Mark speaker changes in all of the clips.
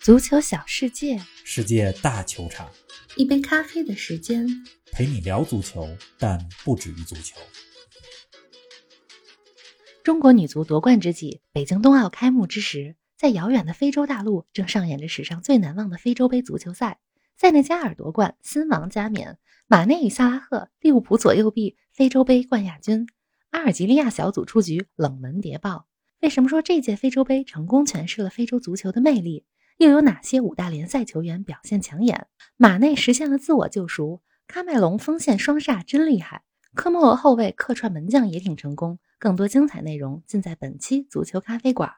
Speaker 1: 足球小世界，
Speaker 2: 世界大球场
Speaker 1: 一杯咖啡的时间。
Speaker 2: 陪你聊足球，但不止于足球。
Speaker 1: 中国女足夺冠之际，北京冬奥开幕之时，在遥远的非洲大陆正上演着史上最难忘的非洲杯足球赛。塞内加尔夺冠，新王加冕；马内与萨拉赫，利物浦左右臂非洲杯冠亚军；阿尔及利亚小组出局，冷门谍报。为什么说这届非洲杯成功诠释了非洲足球的魅力？又有哪些五大联赛球员表现抢眼？马内实现了自我救赎，喀麦隆锋线双煞真厉害，科摩罗后卫客串门将也挺成功。更多精彩内容尽在本期足球咖啡馆。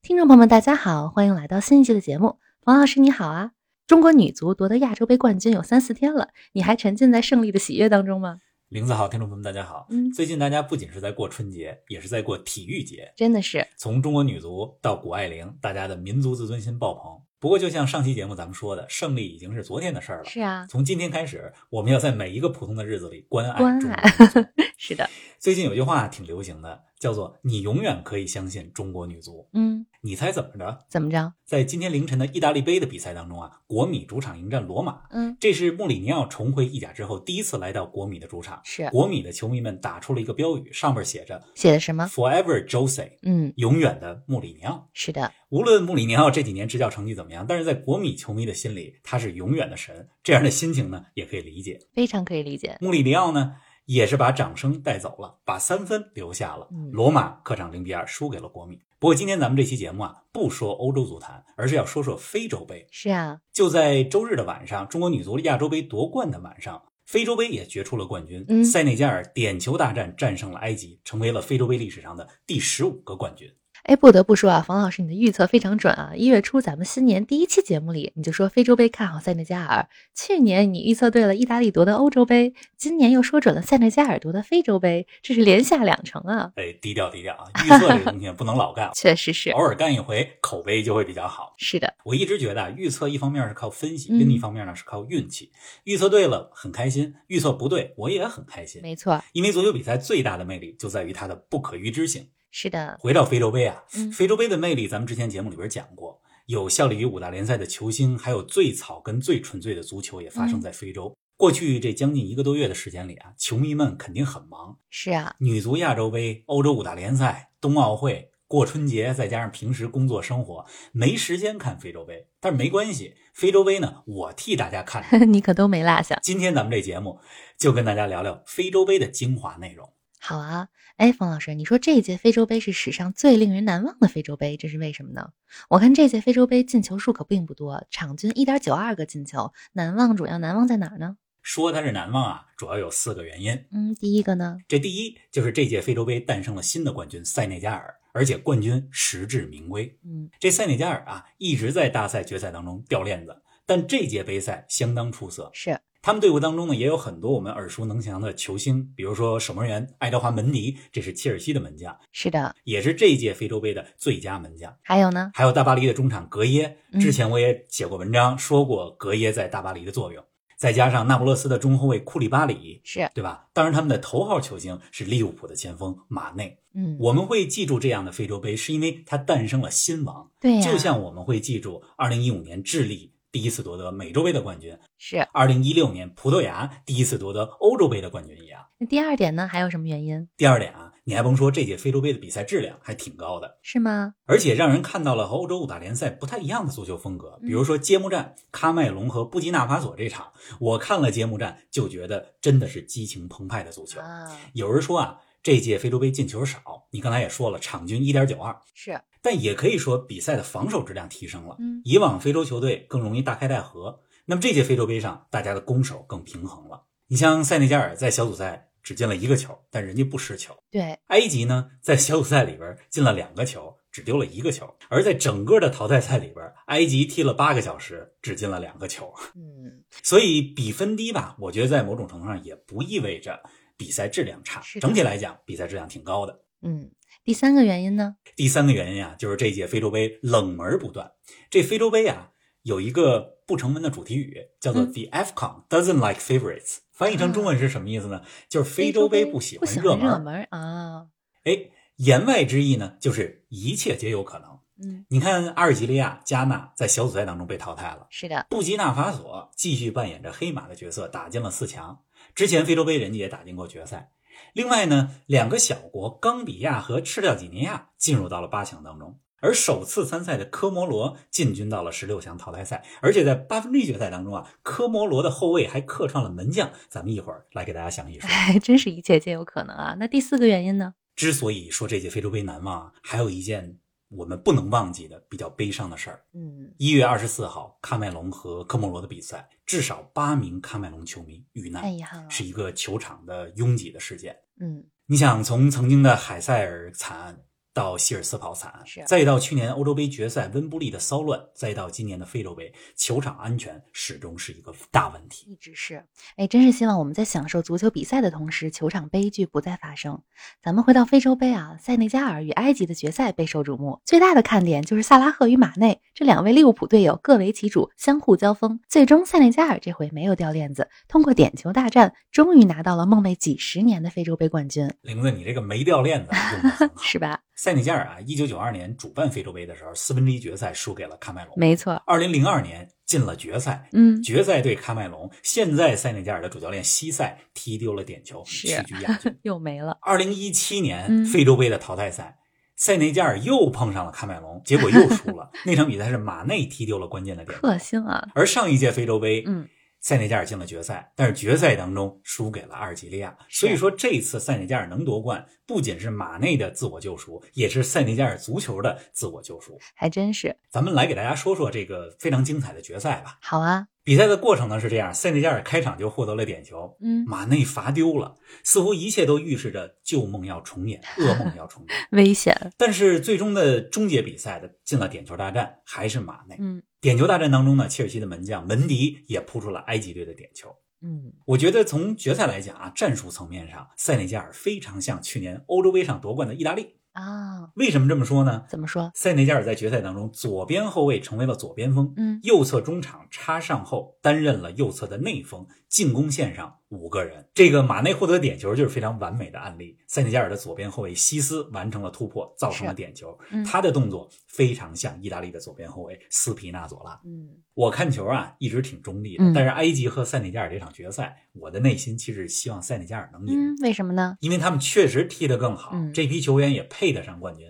Speaker 1: 听众朋友们，大家好，欢迎来到新一期的节目。王老师你好啊！中国女足夺得亚洲杯冠军有三四天了，你还沉浸在胜利的喜悦当中吗？
Speaker 2: 林子好，听众朋友们，大家好。
Speaker 1: 嗯
Speaker 2: 最近大家不仅是在过春节，也是在过体育节。
Speaker 1: 真的 是，
Speaker 2: 从中国女足到谷爱凌，大家的民族自尊心爆棚。不过，就像上期节目咱们说的，胜利已经是昨天的事儿了。
Speaker 1: 是啊，
Speaker 2: 从今天开始，我们要在每一个普通的日子里关爱
Speaker 1: 关
Speaker 2: 中国
Speaker 1: 爱
Speaker 2: 女足。
Speaker 1: 是的，
Speaker 2: 最近有句话挺流行的，叫做“你永远可以相信中国女足
Speaker 1: 嗯，”。
Speaker 2: 你猜怎么着？
Speaker 1: 怎么着？
Speaker 2: 在今天凌晨的意大利杯的比赛当中啊，国米主场迎战罗马，
Speaker 1: 嗯，
Speaker 2: 这是穆里尼奥重回意甲之后第一次来到国米的主场。
Speaker 1: 是
Speaker 2: 国米的球迷们打出了一个标语，上面写着
Speaker 1: 写的什么？
Speaker 2: “Forever Jose”，
Speaker 1: 嗯，
Speaker 2: 永远的穆里尼奥。
Speaker 1: 是的，
Speaker 2: 无论穆里尼奥这几年执教成绩怎么样，但是在国米球迷的心里，他是永远的神。这样的心情呢，也可以理解。
Speaker 1: 非常可以理解。
Speaker 2: 穆里尼奥呢，也是把掌声带走了，把三分留下了
Speaker 1: 嗯。
Speaker 2: 罗马客场零比二输给了国米。不过今天咱们这期节目啊，不说欧洲足坛，而是要说说非洲杯。
Speaker 1: 是啊，
Speaker 2: 就在周日的晚上，中国女足亚洲杯夺冠的晚上，非洲杯也决出了冠军。
Speaker 1: 嗯
Speaker 2: 塞内加尔点球大战战胜了埃及，成为了非洲杯历史上的第十五个冠军。
Speaker 1: 哎，不得不说啊，冯老师你的预测非常准啊！一月初咱们新年第一期节目里，你就说非洲杯看好塞内加尔，去年你预测对了意大利夺得欧洲杯，今年又说准了塞内加尔夺得非洲杯，这是连下两城啊！，
Speaker 2: 哎，低调低调啊！预测这个东西 不能老干
Speaker 1: 确实 是，
Speaker 2: 偶尔干一回，口碑就会比较好。
Speaker 1: 是的，
Speaker 2: 我一直觉得啊，预测一方面是靠分析，
Speaker 1: 嗯
Speaker 2: 另一方面呢是靠运气。预测对了很开心，预测不对我也很开心。
Speaker 1: 没错，
Speaker 2: 因为足球比赛最大的魅力就在于它的不可预知性。
Speaker 1: 是的，
Speaker 2: 回到非洲杯啊，
Speaker 1: 嗯
Speaker 2: 非洲杯的魅力咱们之前节目里边讲过，有效力于五大联赛的球星，还有最草根、最纯粹的足球也发生在非洲。过去这将近一个多月的时间里啊，球迷们肯定很忙，
Speaker 1: 是啊，
Speaker 2: 女足亚洲杯、欧洲五大联赛、冬奥会、过春节，再加上平时工作生活，没时间看非洲杯。但是没关系，非洲杯呢，我替大家看。
Speaker 1: 你可都没落下。
Speaker 2: 今天咱们这节目就跟大家聊聊非洲杯的精华内容。
Speaker 1: 好啊，哎，冯老师，你说这届非洲杯是史上最令人难忘的非洲杯，这是为什么呢？我看这届非洲杯进球数可并不多，场均一点九二个进球，难忘主要难忘在哪儿呢？
Speaker 2: 说它是难忘啊，主要有四个原因。
Speaker 1: 嗯，第一个呢，
Speaker 2: 这第一就是这届非洲杯诞生了新的冠军塞内加尔，而且冠军实至名归。
Speaker 1: 嗯，
Speaker 2: 这塞内加尔啊，一直在大赛决赛当中掉链子，但这届杯赛相当出色。
Speaker 1: 是
Speaker 2: 他们队伍当中呢，也有很多我们耳熟能详的球星，比如说守门员爱德华门迪，这是切尔西的门将，
Speaker 1: 是的，
Speaker 2: 也是这届非洲杯的最佳门将。
Speaker 1: 还有呢，
Speaker 2: 还有大巴黎的中场格耶，
Speaker 1: 嗯
Speaker 2: 之前我也写过文章说过格耶在大巴黎的作用，再加上那不勒斯的中后卫库里巴里，
Speaker 1: 是，
Speaker 2: 对吧？当然，他们的头号球星是利物浦的前锋马内。
Speaker 1: 嗯，
Speaker 2: 我们会记住这样的非洲杯，是因为它诞生了新王，
Speaker 1: 对呀、
Speaker 2: 就像我们会记住2015年智利第一次夺得美洲杯的冠军
Speaker 1: 是。
Speaker 2: ，2016年葡萄牙第一次夺得欧洲杯的冠军一样。
Speaker 1: 那第二点呢，还有什么原因？
Speaker 2: 第二点啊，你还甭说，这届非洲杯的比赛质量还挺高的。
Speaker 1: 是吗？
Speaker 2: 而且让人看到了和欧洲五大联赛不太一样的足球风格，
Speaker 1: 嗯
Speaker 2: 比如说揭幕战喀麦隆和布基纳法索这场，我看了揭幕战就觉得真的是激情澎湃的足球。
Speaker 1: 啊，
Speaker 2: 有人说啊，这届非洲杯进球少，你刚才也说了，场均一点九二，
Speaker 1: 是，
Speaker 2: 但也可以说比赛的防守质量提升了。
Speaker 1: 嗯，
Speaker 2: 以往非洲球队更容易大开大合，那么这届非洲杯上，大家的攻守更平衡了。你像塞内加尔在小组赛只进了一个球，但人家不失球。
Speaker 1: 对，
Speaker 2: 埃及呢，在小组赛里边进了两个球，只丢了一个球；而在整个的淘汰赛里边，埃及踢了八个小时，只进了两个球。
Speaker 1: 嗯，
Speaker 2: 所以比分低吧，我觉得在某种程度上也不意味着比赛质量差
Speaker 1: 是。的
Speaker 2: 整体来讲，比赛质量挺高的。
Speaker 1: 嗯，第三个原因呢？
Speaker 2: 第三个原因啊，就是这届非洲杯冷门不断。这非洲杯啊，有一个不成文的主题语，叫做
Speaker 1: 嗯
Speaker 2: “The AFCON doesn't like favorites”。翻译成中文是什么意思呢？就是嗯非洲杯不喜
Speaker 1: 不
Speaker 2: 欢
Speaker 1: 喜欢
Speaker 2: 热门
Speaker 1: 热
Speaker 2: 儿。
Speaker 1: 门儿啊，
Speaker 2: 哎，言外之意呢，就是一切皆有可能。
Speaker 1: 嗯，
Speaker 2: 你看，阿尔及利亚、加纳在小组赛当中被淘汰了，
Speaker 1: 是的，
Speaker 2: 布基纳法索继续扮演着黑马的角色，打进了四强。之前非洲杯人家也打进过决赛。另外呢，两个小国冈比亚和赤道几内亚进入到了八强当中，而首次参赛的科摩罗进军到了十六强淘汰赛，而且在八分之一决赛当中啊，科摩罗的后卫还客串了门将。咱们一会儿来给大家详细说。
Speaker 1: 哎，真是一切皆有可能啊。那第四个原因呢？
Speaker 2: 之所以说这届非洲杯难忘啊，还有一件我们不能忘记的比较悲伤的事儿。
Speaker 1: 嗯，
Speaker 2: 一月二十四号，喀麦隆和科摩罗的比赛，至少八名喀麦隆球迷遇
Speaker 1: 太
Speaker 2: 难，
Speaker 1: 遗憾了。
Speaker 2: 是一个球场的拥挤的事件。
Speaker 1: 嗯，
Speaker 2: 你想，从曾经的海塞尔惨案到希尔斯堡惨案
Speaker 1: 是，啊
Speaker 2: 再到去年欧洲杯决赛温布利的骚乱，再到今年的非洲杯，球场安全始终是一个大问题。
Speaker 1: 一直是。哎，真是希望我们在享受足球比赛的同时，球场悲剧不再发生。咱们回到非洲杯啊，塞内加尔与埃及的决赛备受瞩目。最大的看点就是萨拉赫与马内这两位利物浦队友各为其主，相互交锋。最终，塞内加尔这回没有掉链子，通过点球大战，终于拿到了梦寐几十年的非洲杯冠军，
Speaker 2: 玲子，你这个没掉链子啊用的很 好。
Speaker 1: 是吧？
Speaker 2: 塞内加尔啊，一九九二年主办非洲杯的时候，四分之一决赛输给了喀麦隆。
Speaker 1: 没错。
Speaker 2: 二零零二年进了决赛，
Speaker 1: 嗯，
Speaker 2: 决赛对喀麦隆。现在塞内加尔的主教练西塞踢丢了点球，
Speaker 1: 是。
Speaker 2: 屈居亚军
Speaker 1: 又没了。
Speaker 2: 二零一七
Speaker 1: 嗯
Speaker 2: 年非洲杯的淘汰赛，塞内加尔又碰上了喀 麦隆，结果又输了。那场比赛是马内踢丢了关键的点球，
Speaker 1: 克星啊，
Speaker 2: 而上一届非洲杯，
Speaker 1: 嗯，
Speaker 2: 塞内加尔进了决赛，但是决赛当中输给了阿尔及利亚。
Speaker 1: 是
Speaker 2: 所以说，这次塞内加尔能夺冠，不仅是马内的自我救赎，也是塞内加尔足球的自我救赎。
Speaker 1: 还真是
Speaker 2: 咱们来给大家说说这个非常精彩的决赛吧。
Speaker 1: 好啊。
Speaker 2: 比赛的过程呢是这样：塞内加尔开场就获得了点球，
Speaker 1: 嗯，
Speaker 2: 马内罚丢了，似乎一切都预示着旧梦要重演，噩梦要重演。
Speaker 1: 危险。
Speaker 2: 但是最终的终结比赛的进了点球大战，还是马内。
Speaker 1: 嗯
Speaker 2: 点球大战当中呢，切尔西的门将门迪也扑出了埃及队的点球。
Speaker 1: 嗯，
Speaker 2: 我觉得从决赛来讲啊，战术层面上，塞内加尔非常像去年欧洲杯上夺冠的意大利。
Speaker 1: 啊、
Speaker 2: 为什么这么说呢？
Speaker 1: 怎么说？
Speaker 2: 塞内加尔在决赛当中，左边后卫成为了左边锋，
Speaker 1: 嗯
Speaker 2: 右侧中场插上后担任了右侧的内锋，进攻线上五个人。这个马内获得点球就是非常完美的案例。塞内加尔的左边后卫西斯完成了突破，造成了
Speaker 1: 是
Speaker 2: 点球。
Speaker 1: 嗯
Speaker 2: 他的动作非常像意大利的左边后卫斯皮纳佐拉。
Speaker 1: 嗯，
Speaker 2: 我看球啊，一直挺中立的
Speaker 1: 嗯，
Speaker 2: 但是埃及和塞内加尔这场决赛，我的内心其实希望塞内加尔能赢。
Speaker 1: 嗯，为什么呢？
Speaker 2: 因为他们确实踢得更好，
Speaker 1: 嗯
Speaker 2: 这批球员也配得上冠军。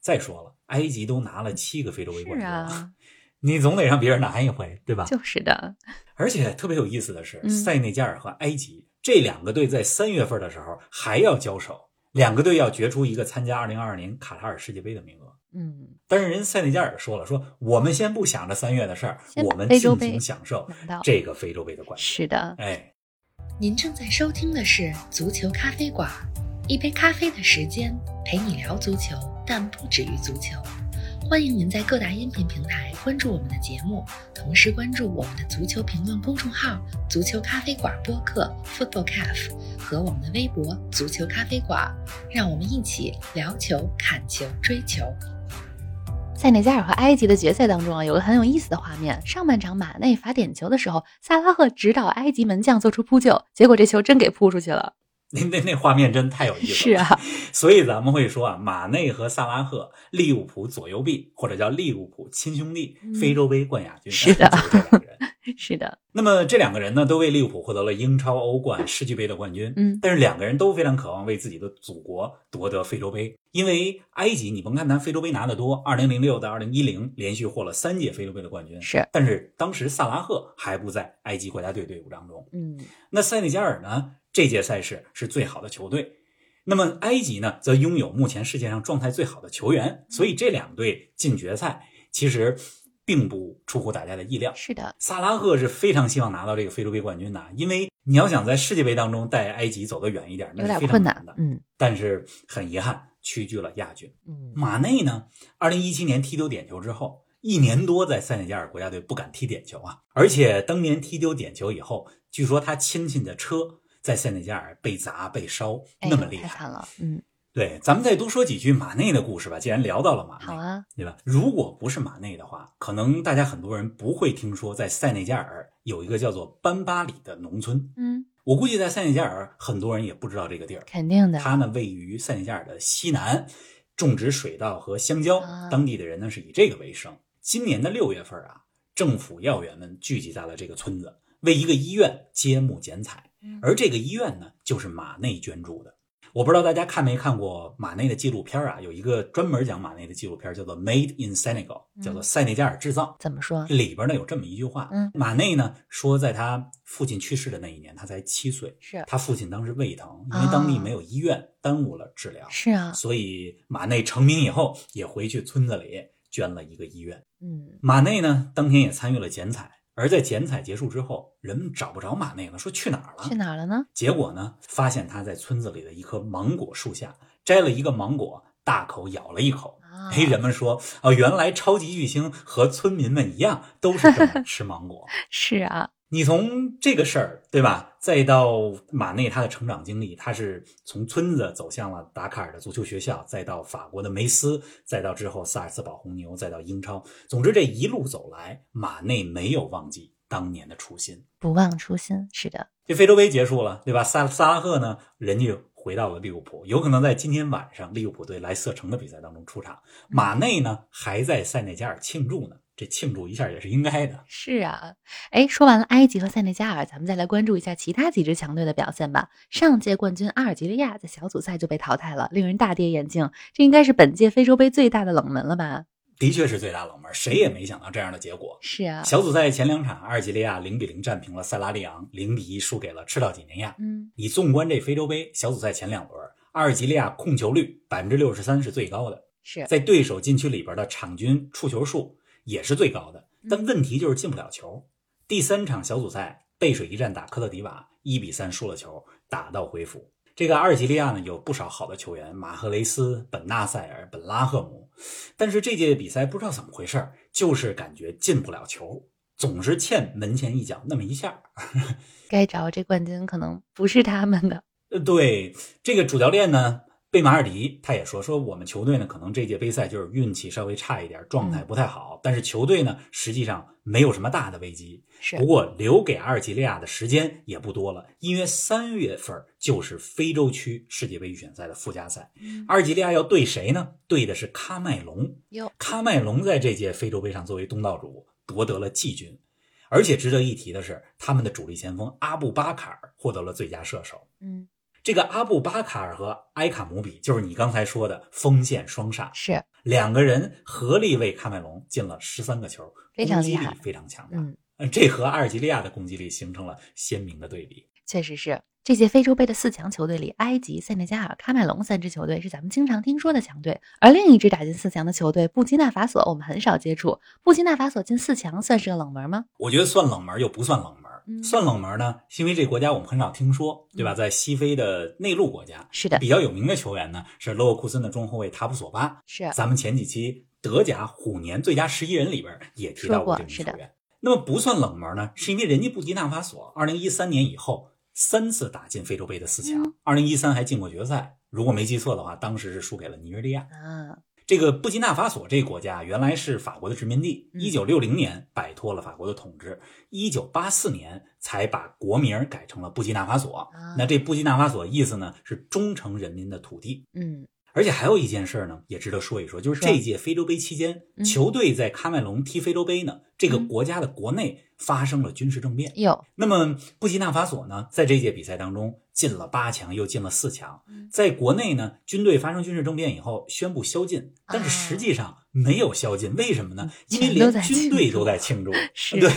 Speaker 2: 再说了，埃及都拿了七个非洲杯冠
Speaker 1: 是
Speaker 2: 军了，
Speaker 1: 啊，
Speaker 2: 你总得让别人拿一回，对吧？
Speaker 1: 就是的，
Speaker 2: 而且特别有意思的是，
Speaker 1: 嗯
Speaker 2: 塞内加尔和埃及这两个队在三月份的时候还要交手，两个队要决出一个参加2022年卡塔尔世界杯的名额。
Speaker 1: 嗯，
Speaker 2: 但是人塞内加尔说了，说我们先不想着三月的事儿，
Speaker 1: 先
Speaker 2: 我们
Speaker 1: 非洲
Speaker 2: 尽
Speaker 1: 杯
Speaker 2: 情享受
Speaker 1: 难道
Speaker 2: 这个非洲杯的冠军。
Speaker 1: 是的？
Speaker 2: 哎，
Speaker 1: 您正在收听的是《足球咖啡馆》，一杯咖啡的时间陪你聊足球，但不止于足球。欢迎您在各大音频平台关注我们的节目，同时关注我们的足球评论公众号“足球咖啡馆”播客 （Football Cafe） 和我们的微博“足球咖啡馆”，让我们一起聊球、看球、追球。塞内加尔和埃及的决赛当中啊，有个很有意思的画面。上半场马内罚点球的时候，萨拉赫指导埃及门将做出扑救，结果这球真给扑出去了。
Speaker 2: 那那那画面真太有意思了。
Speaker 1: 是啊，
Speaker 2: 所以咱们会说啊，马内和萨拉赫，利物浦左右臂，或者叫利物浦亲兄弟
Speaker 1: 嗯，
Speaker 2: 非洲杯冠亚军，哎
Speaker 1: 是的
Speaker 2: 就是这两个人。
Speaker 1: 是的，
Speaker 2: 那么这两个人呢，都为利物浦获得了英超、欧冠、世俱杯的冠 军。
Speaker 1: 嗯
Speaker 2: 但是两个人都非常渴望为自己的祖国夺得非洲杯，因为埃及，你甭看他非洲杯拿得多，二零零六到二零一零连续获了三届非洲杯的冠军，
Speaker 1: 是，
Speaker 2: 但是当时萨拉赫还不在埃及国家队队伍当中。
Speaker 1: 嗯，
Speaker 2: 那塞内加尔呢，这届赛事是最好的球队。那么埃及呢，则拥有目前世界上状态最好的球员，所以这两队进决赛其实并不出乎大家的意料。
Speaker 1: 是的，
Speaker 2: 萨拉赫是非常希望拿到这个非洲杯冠军的，因为你要想在世界杯当中带埃及走得远一点，
Speaker 1: 有
Speaker 2: 那是
Speaker 1: 点
Speaker 2: 非常
Speaker 1: 困难
Speaker 2: 难的。。
Speaker 1: 嗯
Speaker 2: 但是很遗憾，屈居了亚军。
Speaker 1: 嗯，
Speaker 2: 马内呢，二零一七年踢丢点球之后，一年多在塞内加尔国家队不敢踢点球啊，而且当年踢丢点球以后，据说他亲戚的车在塞内加尔被砸被烧，
Speaker 1: 哎
Speaker 2: 那
Speaker 1: 呦
Speaker 2: 么厉
Speaker 1: 太
Speaker 2: 害。
Speaker 1: 惨了。嗯，
Speaker 2: 对，咱们再多说几句马内的故事吧，既然聊到了马内，
Speaker 1: 好啊，
Speaker 2: 对吧？如果不是马内的话，可能大家很多人不会听说在塞内加尔有一个叫做班巴里的农村。
Speaker 1: 嗯，
Speaker 2: 我估计在塞内加尔很多人也不知道这个地儿，
Speaker 1: 肯定的。
Speaker 2: 它呢位于塞内加尔的西南，种植水稻和香蕉
Speaker 1: 啊，
Speaker 2: 当地的人呢是以这个为生。今年的六月份啊，政府要员们聚集在了这个村子，为一个医院揭幕剪彩，
Speaker 1: 嗯
Speaker 2: 而这个医院呢，就是马内捐助的。我不知道大家看没看过马内的纪录片啊，有一个专门讲马内的纪录片，叫做《Made in Senegal》，
Speaker 1: 嗯
Speaker 2: 叫做《塞内加尔制造》。
Speaker 1: 怎么说？
Speaker 2: 里边呢有这么一句话，
Speaker 1: 嗯
Speaker 2: 马内呢说，在他父亲去世的那一年，他才七岁，
Speaker 1: 是
Speaker 2: 他父亲当时胃疼，因为当地
Speaker 1: 啊
Speaker 2: 没有医院，耽误了治疗，
Speaker 1: 是啊，
Speaker 2: 所以马内成名以后也回去村子里捐了一个医院。
Speaker 1: 嗯
Speaker 2: 马内呢当天也参与了剪彩，而在剪彩结束之后，人们找不着马内了，说去哪儿了？
Speaker 1: 去哪儿了呢？
Speaker 2: 结果呢，发现他在村子里的一棵芒果树下摘了一个芒果，大口咬了一口，
Speaker 1: 啊，
Speaker 2: 哎，人们说啊、原来超级巨星和村民们一样，都是这 么吃芒果。
Speaker 1: 是啊，
Speaker 2: 你从这个事儿，对吧？再到马内他的成长经历，他是从村子走向了达喀尔的足球学校，再到法国的梅斯，再到之后萨尔茨堡红牛，再到英超。总之，这一路走来，马内没有忘记当年的初心。
Speaker 1: 不忘初心，是的，
Speaker 2: 这非洲杯结束了，对吧？萨萨拉赫呢，人家回到了利物浦，有可能在今天晚上利物浦对莱斯特城的比赛当中出场。马内呢，还在塞内加尔庆祝呢，这庆祝一下也是应该的。
Speaker 1: 是啊。哎，说完了埃及和塞内加尔，咱们再来关注一下其他几支强队的表现吧。上届冠军阿尔及利亚在小组赛就被淘汰了，令人大跌眼镜。这应该是本届非洲杯最大的冷门了吧？
Speaker 2: 的确是最大冷门，谁也没想到这样的结果。
Speaker 1: 是啊，
Speaker 2: 小组赛前两场，阿尔及利亚零比零战平了塞拉利昂，零比一输给了赤道几内亚。
Speaker 1: 嗯，
Speaker 2: 你纵观这非洲杯小组赛前两轮，阿尔及利亚控球率百分之六十三是最高的，
Speaker 1: 是
Speaker 2: 在对手禁区里边的场均触球数也是最高的，但问题就是进不了球。第三场小组赛，背水一战打科特迪瓦，一比三输了球，打道回府。这个阿尔及利亚呢，有不少好的球员，马赫雷斯、本纳塞尔、本拉赫姆，但是这届比赛不知道怎么回事儿，就是感觉进不了球，总是欠门前一脚那么一下儿。
Speaker 1: 该找这冠军可能不是他们的。
Speaker 2: 呃，对这个主教练呢，贝马尔迪他也说，说我们球队呢，可能这届杯赛就是运气稍微差一点，状态不太好，但是球队呢，实际上没有什么大的危机。
Speaker 1: 是
Speaker 2: 不过留给阿尔及利亚的时间也不多了，因为三月份就是非洲区世界杯预选赛的附加赛，
Speaker 1: 嗯
Speaker 2: 阿尔及利亚要对谁呢？对的是喀麦隆。
Speaker 1: 哟，
Speaker 2: 喀麦隆在这届非洲杯上作为东道主夺得了季军，而且值得一提的是，他们的主力前锋阿布巴卡尔获得了最佳射手。
Speaker 1: 嗯，
Speaker 2: 这个阿布巴卡尔和埃卡姆比，就是你刚才说的锋线双煞，
Speaker 1: 是，
Speaker 2: 两个人合力为喀麦隆进了十三个球，
Speaker 1: 非常厉害
Speaker 2: 攻击力非常强大。
Speaker 1: 嗯，
Speaker 2: 呃这和阿尔及利亚的攻击力形成了鲜明的对比。
Speaker 1: 确实是。这届非洲杯的四强球队里，埃及、塞内加尔、喀麦隆三支球队是咱们经常听说的强队，而另一支打进四强的球队布基纳法索，我们很少接触。布基纳法索进四强算是个冷门吗？
Speaker 2: 我觉得算冷门又不算冷门，
Speaker 1: 嗯
Speaker 2: 算冷门呢，是因为这国家我们很少听说，对吧？
Speaker 1: 嗯
Speaker 2: 在西非的内陆国家，
Speaker 1: 是的，
Speaker 2: 比较有名的球员呢是勒沃库森的中后卫塔普索巴，
Speaker 1: 是
Speaker 2: 咱们前几期德甲虎年最佳十一人里边也提到过这名
Speaker 1: 说
Speaker 2: 球
Speaker 1: 过
Speaker 2: 员。那么不算冷门呢，是因为人家布吉纳法索二零一三年以后三次打进非洲杯的四强
Speaker 1: 嗯，
Speaker 2: 二零一三还进过决赛。如果没记错的话，当时是输给了尼日利亚。
Speaker 1: 啊，
Speaker 2: 这个布吉纳法索这个国家原来是法国的殖民地，
Speaker 1: 嗯
Speaker 2: 一九六零年摆脱了法国的统治，一九八四年才把国名改成了布吉纳法索
Speaker 1: 啊。
Speaker 2: 那这布吉纳法索意思呢是忠诚人民的土地。
Speaker 1: 嗯，
Speaker 2: 而且还有一件事儿呢，也值得说一说，就是
Speaker 1: 说
Speaker 2: 这届非洲杯期间，
Speaker 1: 嗯
Speaker 2: 球队在喀麦隆踢非洲杯呢，这个
Speaker 1: 嗯
Speaker 2: 国家的国内发生了军事政变。
Speaker 1: 有
Speaker 2: 那么布基纳法索呢，在这届比赛当中进了八强，又进了四强
Speaker 1: 嗯。
Speaker 2: 在国内呢，军队发生军事政变以后宣布宵禁，但是
Speaker 1: 啊嗯
Speaker 2: 实际上没有宵禁，为什么呢？因为
Speaker 1: 全都
Speaker 2: 连
Speaker 1: 在
Speaker 2: 军
Speaker 1: 庆
Speaker 2: 队
Speaker 1: 祝
Speaker 2: 都在庆祝。
Speaker 1: 是
Speaker 2: 对，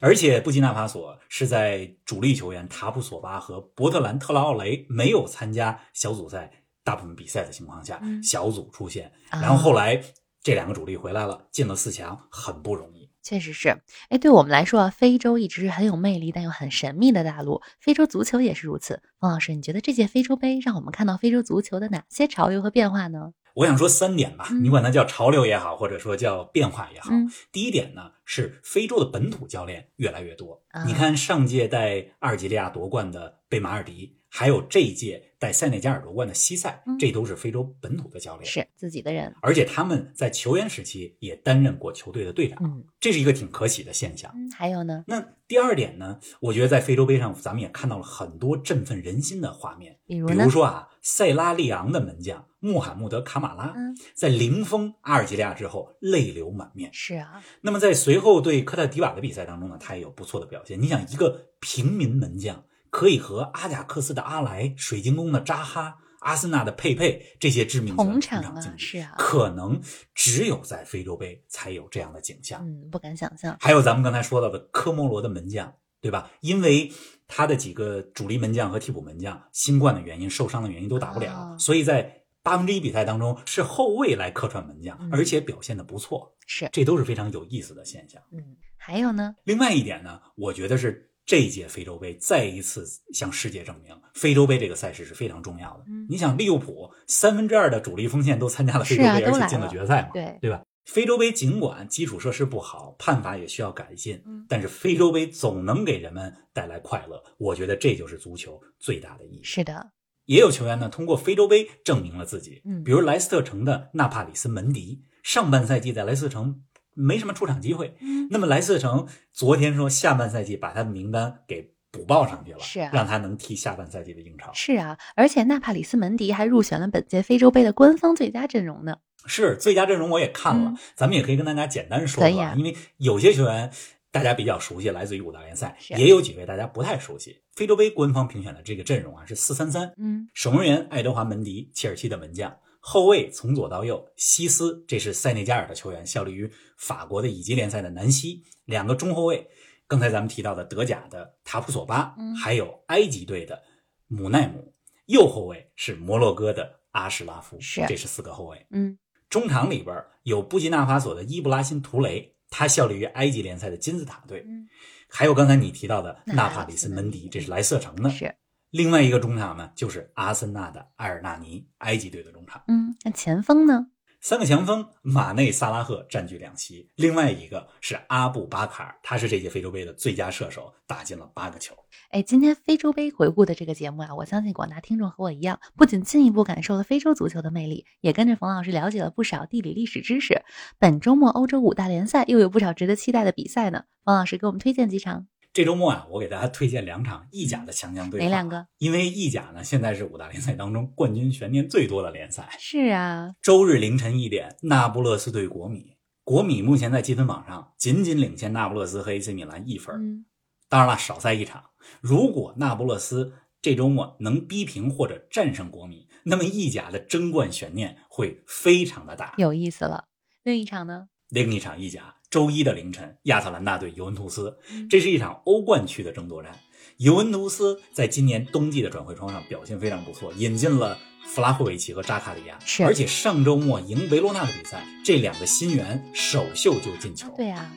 Speaker 2: 而且布基纳法索是在主力球员塔普索巴和伯特兰特劳奥雷没有参加小组赛大部分比赛的情况下，
Speaker 1: 嗯
Speaker 2: 小组出现，
Speaker 1: 啊
Speaker 2: 然后后来这两个主力回来了，进了四强，很不容易。
Speaker 1: 确实是，哎，对我们来说啊，非洲一直是很有魅力但又很神秘的大陆，非洲足球也是如此。王老师，你觉得这届非洲杯让我们看到非洲足球的哪些潮流和变化呢？
Speaker 2: 我想说三点吧，
Speaker 1: 嗯
Speaker 2: 你管它叫潮流也好，或者说叫变化也好。
Speaker 1: 嗯
Speaker 2: 第一点呢，是非洲的本土教练越来越多。
Speaker 1: 啊
Speaker 2: 你看上届带阿尔及利亚夺冠的贝马尔迪，还有这一届带塞内加尔夺冠的西塞
Speaker 1: 嗯，
Speaker 2: 这都是非洲本土的教练，
Speaker 1: 是自己的人，
Speaker 2: 而且他们在球员时期也担任过球队的队长，
Speaker 1: 嗯
Speaker 2: 这是一个挺可喜的现象。
Speaker 1: 嗯，还有呢，
Speaker 2: 那第二点呢，我觉得在非洲杯上，咱们也看到了很多振奋人心的画面，
Speaker 1: 比如
Speaker 2: 比
Speaker 1: 呢，
Speaker 2: 如说啊，塞拉利昂的门将穆罕默德·卡马拉
Speaker 1: 嗯，
Speaker 2: 在零封阿尔及利亚之后泪流满面。
Speaker 1: 是啊，
Speaker 2: 那么在随后对科特迪瓦的比赛当中呢，他也有不错的表现。你想，一个平民门将可以和阿贾克斯的阿莱、水晶宫的扎哈、阿森纳的佩佩这些知名球
Speaker 1: 同
Speaker 2: 员
Speaker 1: 场
Speaker 2: 同
Speaker 1: 啊
Speaker 2: 场，竞技，
Speaker 1: 是啊，
Speaker 2: 可能只有在非洲杯才有这样的景象。
Speaker 1: 嗯，不敢想象，
Speaker 2: 还有咱们刚才说到的科摩罗的门将，对吧？因为他的几个主力门将和替补门将新冠的原因、受伤的原因都打不了，
Speaker 1: 啊
Speaker 2: 所以在八分之一比赛当中是后卫来客串门将，
Speaker 1: 嗯
Speaker 2: 而且表现的不错，
Speaker 1: 是，
Speaker 2: 这都是非常有意思的现象。
Speaker 1: 嗯，还有呢，
Speaker 2: 另外一点呢，我觉得是这一届非洲杯再一次向世界证明，非洲杯这个赛事是非常重要的。
Speaker 1: 嗯
Speaker 2: 你想，利物浦三分之二的主力锋线都参加了非洲
Speaker 1: 是啊
Speaker 2: 杯，
Speaker 1: 都
Speaker 2: 而
Speaker 1: 来
Speaker 2: 且进了
Speaker 1: 了
Speaker 2: 决赛嘛，
Speaker 1: 对，
Speaker 2: 对吧？非洲杯尽管基础设施不好，判罚也需要改进，
Speaker 1: 嗯
Speaker 2: 但是非洲杯总能给人们带来快乐。我觉得这就是足球最大的意义。
Speaker 1: 是的，
Speaker 2: 也有球员呢通过非洲杯证明了自己，
Speaker 1: 嗯
Speaker 2: 比如莱斯特城的纳帕里斯门迪，上半赛季在莱斯特城没什么出场机会，
Speaker 1: 嗯，
Speaker 2: 那么莱斯特城昨天说下半赛季把他的名单给补报上去了，
Speaker 1: 是啊
Speaker 2: 让他能踢下半赛季的英超。
Speaker 1: 是啊，而且纳帕里斯门迪还入选了本届非洲杯的官方最佳阵容呢，
Speaker 2: 是最佳阵容我也看了，
Speaker 1: 嗯
Speaker 2: 咱们也可以跟大家简单说
Speaker 1: 可以
Speaker 2: 说，
Speaker 1: 啊
Speaker 2: 因为有些球员大家比较熟悉，来自于五大联赛，
Speaker 1: 是
Speaker 2: 也有几位大家不太熟悉。非洲杯官方评选的这个阵容啊是四三三，
Speaker 1: 嗯，
Speaker 2: 守门员爱德华门迪，切尔西的门将。后卫从左到右，西斯，这是塞内加尔的球员，效力于法国的乙级联赛的南希。两个中后卫，刚才咱们提到的德甲的塔普索巴，
Speaker 1: 嗯
Speaker 2: 还有埃及队的姆奈姆。右后卫是摩洛哥的阿什拉夫，
Speaker 1: 是
Speaker 2: 这是四个后卫。
Speaker 1: 嗯，
Speaker 2: 中场里边有布基纳法索的伊布拉辛图雷，他效力于埃及联赛的金字塔队，
Speaker 1: 嗯
Speaker 2: 还有刚才你提到的
Speaker 1: 纳
Speaker 2: 纳
Speaker 1: 帕
Speaker 2: 帕
Speaker 1: 里
Speaker 2: 里
Speaker 1: 斯
Speaker 2: 斯
Speaker 1: 门
Speaker 2: 门
Speaker 1: 迪
Speaker 2: 迪，这是莱斯特城的。
Speaker 1: 是，
Speaker 2: 另外一个中场呢，就是阿森纳的埃尔纳尼，埃及队的中场。
Speaker 1: 嗯，那前锋呢？
Speaker 2: 三个前锋，马内、萨拉赫占据两席，另外一个是阿布巴卡尔，他是这届非洲杯的最佳射手，打进了八个球。
Speaker 1: 哎，今天非洲杯回顾的这个节目啊，我相信广大听众和我一样，不仅进一步感受了非洲足球的魅力，也跟着冯老师了解了不少地理历史知识。本周末欧洲五大联赛又有不少值得期待的比赛呢，冯老师给我们推荐几场？
Speaker 2: 这周末啊，我给大家推荐两场意甲的强强对
Speaker 1: 哪
Speaker 2: 抗。
Speaker 1: 两？个？
Speaker 2: 因为意甲呢，现在是五大联赛当中冠军悬念最多的联赛。
Speaker 1: 是啊，
Speaker 2: 周日凌晨一点，那不勒斯对国米。国米目前在积分榜上仅仅领先那不勒斯和 AC 米兰一分。
Speaker 1: 嗯，
Speaker 2: 当然了，少赛一场。如果那不勒斯这周末能逼平或者战胜国米，那么意甲的争冠悬念会非常的大。
Speaker 1: 有意思了。另一场呢？
Speaker 2: 另一场意甲，周一的凌晨，亚特兰大对尤文图斯，
Speaker 1: 嗯
Speaker 2: 这是一场欧冠区的争夺战。尤文图斯在今年冬季的转会窗上表现非常不错，引进了弗拉霍维奇和扎卡里亚，
Speaker 1: 是
Speaker 2: 而且上周末赢维罗纳的比赛，这两个新援首秀就进球，
Speaker 1: 啊对啊，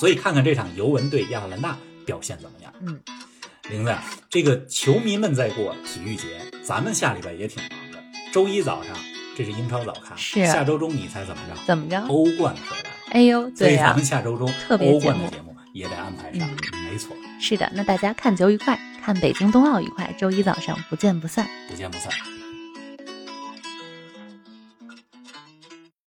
Speaker 2: 所以看看这场尤文对亚特兰大表现怎么样。
Speaker 1: 嗯，
Speaker 2: 玲子，这个球迷们在过体育节，咱们下礼拜也挺忙的。周一早上，这是英超早咖，
Speaker 1: 是
Speaker 2: 下周中你猜怎么着？
Speaker 1: 怎么着？
Speaker 2: 欧冠回来。
Speaker 1: 哎呦，
Speaker 2: 所
Speaker 1: 对
Speaker 2: 以咱
Speaker 1: 啊
Speaker 2: 们，下周中
Speaker 1: 特别
Speaker 2: 欧
Speaker 1: 节目
Speaker 2: 冠的节目也得安排上，没错，
Speaker 1: 是的。那大家看球愉快，看北京冬奥愉快，周一早上不见不散。
Speaker 2: 不见不散。